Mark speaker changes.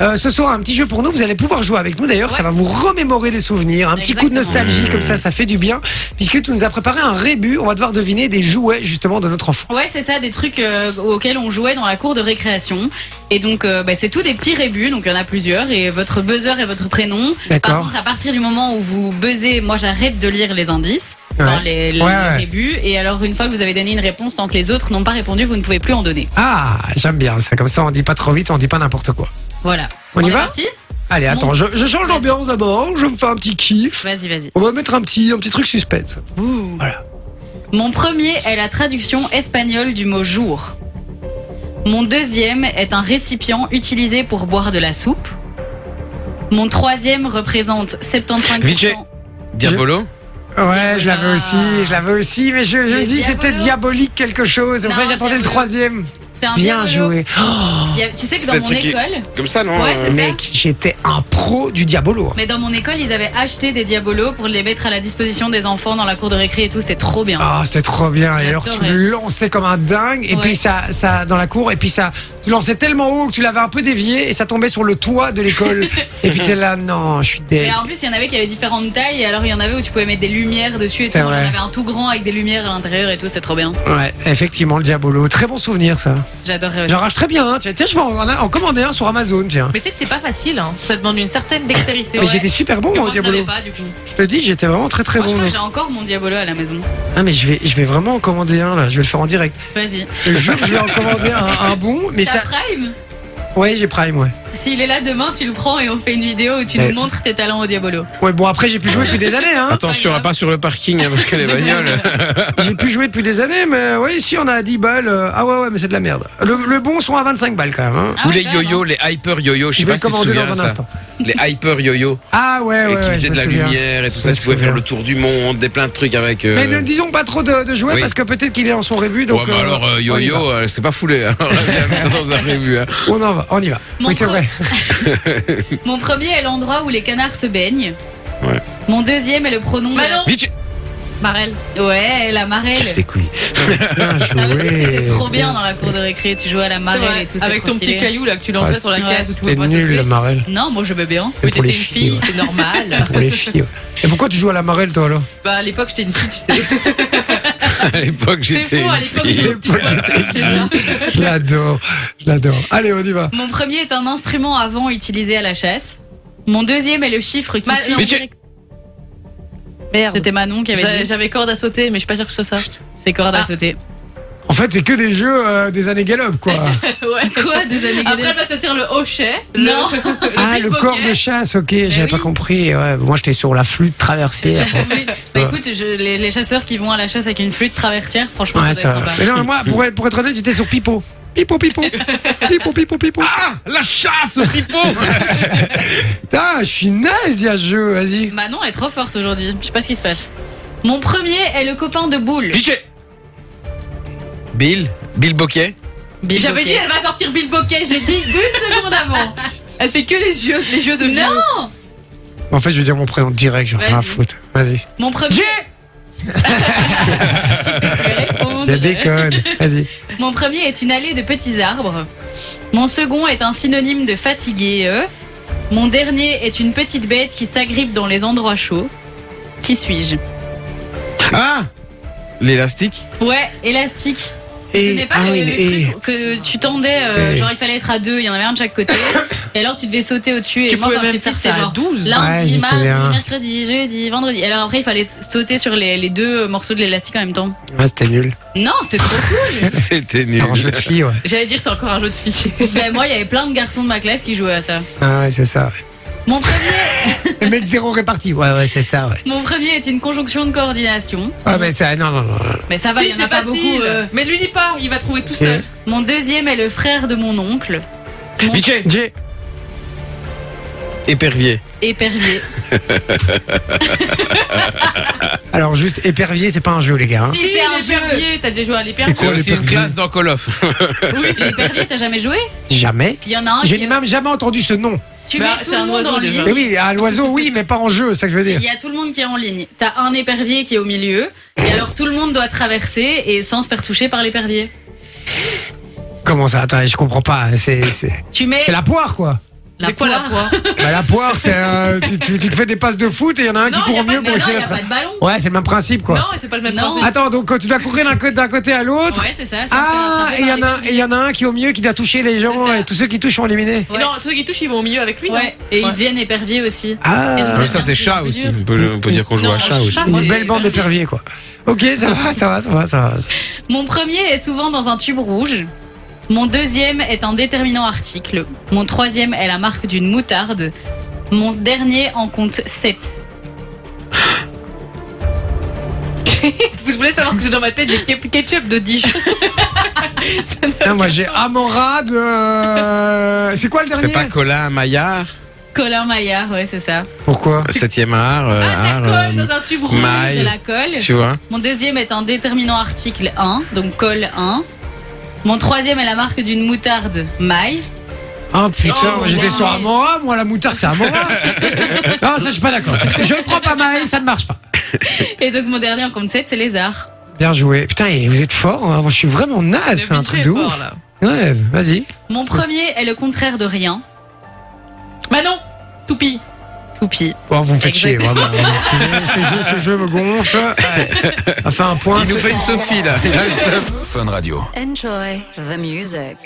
Speaker 1: Euh, ce soir, un petit jeu pour nous. Vous allez pouvoir jouer avec nous. D'ailleurs, ça va vous remémorer des souvenirs. Un petit coup de
Speaker 2: Exactement.
Speaker 1: nostalgie, comme ça, ça fait du bien. Puisque tu nous as préparé un rébut. On va devoir deviner des jouets, justement, de notre enfant.
Speaker 2: Ouais, c'est ça, des trucs euh, auxquels on jouait dans la cour de récréation. Et donc, euh, bah, c'est tout des petits rébus, donc il y en a plusieurs, et votre buzzer et votre prénom.
Speaker 1: D'accord.
Speaker 2: Par contre, à partir du moment où vous buzzez, moi j'arrête de lire les indices, enfin,
Speaker 1: Ouais.
Speaker 2: les, les-
Speaker 1: Ouais,
Speaker 2: les
Speaker 1: ouais.
Speaker 2: rébus, et alors une fois que vous avez donné une réponse, tant que les autres n'ont pas répondu, vous ne pouvez plus en donner.
Speaker 1: Ah, j'aime bien ça. Comme ça, on dit pas trop vite, on dit pas n'importe quoi.
Speaker 2: Voilà.
Speaker 1: On y
Speaker 2: est
Speaker 1: va
Speaker 2: parti
Speaker 1: Allez, attends,
Speaker 2: Bon.
Speaker 1: je, je change d'ambiance d'abord. Je me fais un petit kiff.
Speaker 2: Vas-y, vas-y.
Speaker 1: On va mettre un petit, un petit truc suspense. Voilà.
Speaker 2: Mon premier est la traduction espagnole du mot jour. Mon deuxième est un récipient utilisé pour boire de la soupe. Mon troisième représente 75%.
Speaker 3: Vinci. Diabolo
Speaker 1: Ouais, je
Speaker 2: Diabola.
Speaker 1: l'avais aussi, je l'avais aussi, mais je, je
Speaker 2: Le
Speaker 1: me dis c'est peut-être
Speaker 2: Ah. diabolo.
Speaker 1: diabolique quelque chose. C'est pour
Speaker 2: Non,
Speaker 1: ça que j'attendais le
Speaker 2: diabolo.
Speaker 1: troisième.
Speaker 2: C'est un
Speaker 1: Bien
Speaker 2: diabolo.
Speaker 1: joué.
Speaker 2: Il y a- tu sais que
Speaker 3: C'est
Speaker 2: dans
Speaker 3: un
Speaker 2: mon
Speaker 3: truc qui-
Speaker 2: école,
Speaker 3: Comme ça, non
Speaker 2: Ouais,
Speaker 3: euh,
Speaker 2: c'est ça.
Speaker 1: Mec, j'étais un pro du diabolo. hein.
Speaker 2: mais dans mon école, ils avaient acheté des diabolos pour les mettre à la disposition des enfants dans la cour de récré et tout. C'était trop bien.
Speaker 1: Ah, c'était trop bien. Et alors, tu
Speaker 2: J'adorais.
Speaker 1: le lançais comme un dingue, et
Speaker 2: Ouais.
Speaker 1: puis ça, ça, dans la cour, et puis ça, tu lançais tellement haut que tu l'avais un peu dévié, et ça tombait sur le toit de l'école. et puis t'es là, non, je suis dead.
Speaker 2: Mais en plus, il y en avait qui avaient différentes tailles. Et alors, il y en avait où tu pouvais mettre des lumières dessus. Et tout.
Speaker 1: C'est
Speaker 2: J'en
Speaker 1: vrai.
Speaker 2: avais un tout grand avec des lumières à l'intérieur et tout. C'était trop bien.
Speaker 1: Ouais, effectivement, le diabolo. Très bon souvenir, ça.
Speaker 2: J'adorais aussi.
Speaker 1: J'arrache très bien, hein. Tiens, tiens, je vais en, en commander un sur Amazon, tiens.
Speaker 4: Mais tu sais que c'est pas facile, hein. ça demande une certaine dextérité.
Speaker 1: Mais
Speaker 4: Ouais.
Speaker 1: j'étais super bon, moi,
Speaker 2: Moi,
Speaker 1: au
Speaker 2: je l'avais
Speaker 1: diabolo.
Speaker 2: pas, du coup. Moi,
Speaker 1: Je te dis, j'étais vraiment très très
Speaker 2: je
Speaker 1: bon.
Speaker 2: crois que j'ai encore mon diabolo à la maison.
Speaker 1: Ah mais je vais, je vais vraiment en commander un là, je vais le faire en direct.
Speaker 2: Vas-y.
Speaker 1: Je jure que je vais en commander un, un bon, mais
Speaker 2: T'as
Speaker 1: ça...
Speaker 2: Prime
Speaker 1: Ouais j'ai Prime ouais.
Speaker 2: S'il est là demain, tu le prends et on fait une vidéo où tu
Speaker 1: Ouais.
Speaker 2: nous montres tes talents au diabolo.
Speaker 1: Ouais bon après j'ai pu jouer depuis des années hein.
Speaker 3: Attention, à pas sur le parking, hein, parce que les
Speaker 2: Ah
Speaker 3: bagnoles. euh,
Speaker 1: J'ai pu jouer depuis des années mais ouais ici on a à 10 balles. euh, Ah ouais ouais mais c'est de la merde. Le, le bon sont à 25 balles quand même. Hein.
Speaker 2: Ah
Speaker 3: Ou
Speaker 2: ouais,
Speaker 3: les
Speaker 2: quand même,
Speaker 3: yo-yo, les hyper yo-yo, je
Speaker 1: Je
Speaker 3: sais
Speaker 1: vais le
Speaker 3: pas si tu te
Speaker 1: commander
Speaker 3: souviens
Speaker 1: dans un
Speaker 3: ça.
Speaker 1: instant.
Speaker 3: Les hyper yo-yo,
Speaker 1: Ah ouais ouais.
Speaker 3: et qui
Speaker 1: ouais, je
Speaker 3: faisaient
Speaker 1: me
Speaker 3: de la
Speaker 1: souviens.
Speaker 3: lumière et tout
Speaker 1: Je
Speaker 3: ça,
Speaker 1: me
Speaker 3: tu pouvais faire
Speaker 1: souviens.
Speaker 3: le tour du monde, des plein de trucs avec. euh,
Speaker 1: Mais ne disons pas trop de, de jouets
Speaker 3: Oui.
Speaker 1: parce que peut-être qu'il est en son rébut donc.
Speaker 3: ouais, bah
Speaker 1: euh,
Speaker 3: alors, euh,
Speaker 1: on y
Speaker 3: yo-yo,
Speaker 1: va.
Speaker 3: euh, c'est pas foulé. hein. J'ai jamais ça dans un revue. hein.
Speaker 1: On en va, on y va.
Speaker 2: Mon
Speaker 1: oui c'est
Speaker 2: pre-
Speaker 1: vrai.
Speaker 2: Mon premier est l'endroit où les canards se baignent.
Speaker 3: Ouais.
Speaker 2: Mon deuxième est le pronom.
Speaker 4: Manon
Speaker 3: Vite,
Speaker 4: Marel.
Speaker 2: Ouais, la marelle.
Speaker 3: casse les couilles.
Speaker 1: Bien
Speaker 2: Ah, mais ça, c'était
Speaker 1: joué.
Speaker 2: trop bien dans la cour de récré. Tu jouais à la
Speaker 4: C'est
Speaker 2: marelle
Speaker 4: vrai,
Speaker 2: et tout. c'était
Speaker 4: Avec
Speaker 2: trop
Speaker 4: ton
Speaker 2: stylé.
Speaker 4: petit caillou là que tu
Speaker 1: Ouais,
Speaker 4: lançais sur la
Speaker 2: c'était
Speaker 4: case où tu
Speaker 1: T'es
Speaker 4: pouvais pas
Speaker 1: nul la
Speaker 4: sauter.
Speaker 1: marelle.
Speaker 2: Non, moi je veux bien.
Speaker 1: C'est
Speaker 4: Oui,
Speaker 1: pour
Speaker 4: t'étais
Speaker 1: les
Speaker 4: une
Speaker 1: filles,
Speaker 4: fille,
Speaker 1: ouais.
Speaker 4: c'est normal.
Speaker 1: Pour les filles. ouais. Et pourquoi tu joues à la marelle toi alors?
Speaker 4: Bah, à l'époque, j'étais une fille, tu sais.
Speaker 3: À l'époque, j'étais.
Speaker 4: fou, à
Speaker 3: une
Speaker 4: l'époque,
Speaker 3: fille.
Speaker 1: Je l'adore, je l'adore. Allez, on y va.
Speaker 2: Mon premier est un instrument à vent utilisé à la chasse. Mon deuxième est le chiffre qui
Speaker 4: Ma-
Speaker 2: suit.
Speaker 4: non,
Speaker 3: Mais tu-
Speaker 4: direct. Merde.
Speaker 2: C'était Manon qui avait
Speaker 4: J'a-
Speaker 2: dit.
Speaker 4: J'avais corde à sauter, mais je suis pas sûre que ce soit ça.
Speaker 2: C'est corde à
Speaker 4: Ah.
Speaker 2: sauter.
Speaker 1: En fait, c'est que des jeux euh, des années Gallup, quoi.
Speaker 4: ouais.
Speaker 2: Quoi, des années
Speaker 4: Après, elle va te dire le hochet.
Speaker 2: Non.
Speaker 4: Le...
Speaker 1: ah, le
Speaker 4: pickpocket.
Speaker 1: corps de chasse, ok, j'avais
Speaker 4: Bah oui.
Speaker 1: pas compris. Ouais, moi, j'étais sur la flûte traversière.
Speaker 2: Oui. Bah écoute, je- les, les chasseurs qui vont à la chasse avec une flûte traversière, franchement,
Speaker 1: ouais,
Speaker 2: ça
Speaker 1: ça
Speaker 2: doit
Speaker 1: va.
Speaker 2: être sympa.
Speaker 1: Mais non, moi, pour être, pour être honnête, j'étais sur Pipo. Pipo, Pipo. Pipo, Pipo, Pipo.
Speaker 3: Ah, la chasse au pipeau
Speaker 1: Putain, Ah, je suis naze, à ce jeu, vas-y.
Speaker 2: Manon est trop forte aujourd'hui. Je sais pas ce qui se passe. Mon premier est le copain de Boule.
Speaker 3: Vite. Bill Bill Boquet
Speaker 2: Bill
Speaker 4: J'avais
Speaker 2: Bokeh.
Speaker 4: dit, elle va sortir Bill Bokeh, je l'ai dit d'une seconde avant. Elle fait que les yeux, les yeux de
Speaker 2: Non.
Speaker 4: vieux.
Speaker 1: En fait, je vais dire mon prénom direct, j'en ai rien à
Speaker 2: Vas-y.
Speaker 1: foutre. Vas-y.
Speaker 2: Mon premier.
Speaker 1: J'ai
Speaker 2: Mon
Speaker 1: Je
Speaker 2: premier-
Speaker 1: déconne. Vas-y.
Speaker 2: Mon premier est une allée de petits arbres. Mon second est un synonyme de fatigué. euh. Mon dernier est une petite bête qui s'agrippe dans les endroits chauds. Qui suis-je
Speaker 3: Ah L'élastique
Speaker 2: Ouais, élastique.
Speaker 1: Et-
Speaker 2: Ce n'est pas
Speaker 1: ah
Speaker 2: le,
Speaker 1: oui,
Speaker 2: le
Speaker 1: et-
Speaker 2: truc que tu tendais, euh,
Speaker 1: Et-
Speaker 2: genre il fallait être à deux, il y en avait un de chaque côté, et alors tu devais sauter au-dessus. Et
Speaker 4: Tu
Speaker 2: moi
Speaker 4: pouvais
Speaker 2: quand j'étais
Speaker 4: même faire
Speaker 2: petite, c'était
Speaker 4: ça à
Speaker 2: genre
Speaker 4: 12.
Speaker 1: Ouais,
Speaker 2: lundi,
Speaker 1: je me
Speaker 2: mardi,
Speaker 1: souviens.
Speaker 2: mercredi, jeudi, vendredi. Et alors après il fallait sauter sur les, les deux morceaux de l'élastique en même temps.
Speaker 1: Ouais, Ah, c'était nul.
Speaker 2: Non, c'était trop cool.
Speaker 3: C'était nul.
Speaker 1: Alors, jeu de fille, ouais.
Speaker 4: J'allais dire, c'est encore un jeu de filles.
Speaker 2: Ben, moi il y avait plein de garçons de ma classe qui jouaient à ça.
Speaker 1: Ah, ouais, c'est ça.
Speaker 2: Mon premier,
Speaker 1: Et mettre zéro réparti. Ouais, ouais, c'est ça, ouais.
Speaker 2: mon premier est une conjonction de coordination.
Speaker 1: Ah, mais ça, non, non, non. non.
Speaker 2: Mais ça va, Ah bah, il
Speaker 4: Si,
Speaker 2: y en a
Speaker 4: c'est
Speaker 2: pas
Speaker 4: facile.
Speaker 2: beaucoup. euh.
Speaker 4: Mais lui dis pas, il va trouver tout seul.
Speaker 2: Mon deuxième est le frère de mon oncle, Mon-
Speaker 3: Vite.
Speaker 1: J'ai.
Speaker 3: Épervier.
Speaker 2: épervier.
Speaker 1: Alors, juste épervier, c'est pas un jeu, les gars. hein.
Speaker 4: Si,
Speaker 2: C'est un
Speaker 4: les
Speaker 2: jeu.
Speaker 4: perviers, t'as déjà joué à
Speaker 1: C'est
Speaker 4: l'hyper.
Speaker 1: quoi
Speaker 3: C'est aussi une
Speaker 1: l'épervier
Speaker 3: classe dans Call of.
Speaker 2: L'épervier, t'as jamais joué
Speaker 1: Jamais.
Speaker 2: Il y en a un
Speaker 1: Je
Speaker 2: qui
Speaker 1: n'ai même jamais entendu ce nom.
Speaker 2: Tu
Speaker 4: Bah,
Speaker 2: mets tout le
Speaker 4: c'est un
Speaker 2: monde
Speaker 4: oiseau
Speaker 2: en
Speaker 4: déjà.
Speaker 2: ligne.
Speaker 1: Mais oui, un oiseau, oui, mais pas en jeu, c'est ça que je veux dire.
Speaker 2: Il y a tout le monde qui est en ligne. T'as un épervier qui est au milieu. Et alors tout le monde doit traverser et sans se faire toucher par l'épervier.
Speaker 1: Comment ça Attends, je comprends pas. C'est c'est-
Speaker 2: Tu mets
Speaker 1: c'est la poire, quoi.
Speaker 4: C'est quoi la poire
Speaker 1: Bah, la poire, c'est un- tu, tu- tu te fais des passes de foot et il y en a un qui
Speaker 4: y a
Speaker 1: court
Speaker 4: pas de-
Speaker 1: mieux
Speaker 4: mais
Speaker 1: pour
Speaker 4: non,
Speaker 1: essayer
Speaker 4: y a
Speaker 1: d'être.
Speaker 4: pas de ballon.
Speaker 1: Ouais, c'est le même principe quoi.
Speaker 4: Non, c'est pas le même
Speaker 2: Non.
Speaker 4: principe.
Speaker 1: Attends, donc quand tu dois courir d'un côté- d'un côté à l'autre.
Speaker 2: Ouais, c'est ça. c'est en train
Speaker 1: Ah,
Speaker 2: d'attraper
Speaker 1: et il y
Speaker 2: par
Speaker 1: en
Speaker 2: les
Speaker 1: a, et il y en a un qui est au milieu qui doit toucher les gens
Speaker 2: ça.
Speaker 1: et tous ceux qui touchent sont éliminés.
Speaker 4: Et Non, tous ceux qui touchent, ils vont au milieu avec lui. hein.
Speaker 2: couilles. Ah Ouais, et ils deviennent éperviers aussi. Et
Speaker 1: Ah,
Speaker 2: donc,
Speaker 3: ça, c'est chat aussi.
Speaker 2: dur.
Speaker 3: On peut, on peut dire qu'on joue
Speaker 4: Non,
Speaker 3: à chat aussi.
Speaker 4: chat,
Speaker 1: une
Speaker 4: c'est-
Speaker 1: belle bande d'éperviers quoi. Ok, ça va, ça va, ça va, ça va.
Speaker 2: Mon premier est souvent dans un tube rouge. Mon deuxième est un déterminant article. Mon troisième est la marque d'une moutarde. Mon dernier en compte 7.
Speaker 4: Vous voulez savoir que dans ma tête, j'ai ke- ketchup de Dijon.
Speaker 1: Ah, moi j'ai Amorade. euh, C'est quoi le dernier
Speaker 3: C'est pas Colin Maillard,
Speaker 2: Colin Maillard, ouais, c'est ça.
Speaker 1: Pourquoi
Speaker 3: 7ème art, euh,
Speaker 4: Ah,
Speaker 3: art,
Speaker 4: la colle
Speaker 3: euh,
Speaker 4: dans un tube rouge.
Speaker 3: maille.
Speaker 2: De la colle.
Speaker 3: Tu vois
Speaker 2: Mon deuxième est un déterminant article 1, donc colle 1. Mon troisième est la marque d'une moutarde, maille.
Speaker 1: Ah putain,
Speaker 4: Oh,
Speaker 1: moi, j'étais
Speaker 4: wow.
Speaker 1: sur Amora, moi la moutarde c'est Amora. non, ça je suis pas d'accord. Je prends pas mal, ça ne marche pas.
Speaker 2: Et donc mon dernier en compte 7, c'est les arts.
Speaker 1: Bien joué. Putain, et vous êtes fort. hein. Moi, je suis vraiment naze. C'est un truc de ouf. Ouais, vas-y.
Speaker 2: Mon premier est le contraire de rien,
Speaker 4: Bah non, toupie.
Speaker 2: toupie.
Speaker 1: Oh, vous me faites chier,
Speaker 2: Exactement.
Speaker 1: vraiment. ce, jeu, ce jeu- ce jeu me gonfle. Ouais. Enfin, un point.
Speaker 3: Il nous
Speaker 1: c'est-
Speaker 3: fait une Sophie là. Il a le seum.
Speaker 5: Fun Radio.
Speaker 6: Enjoy the music.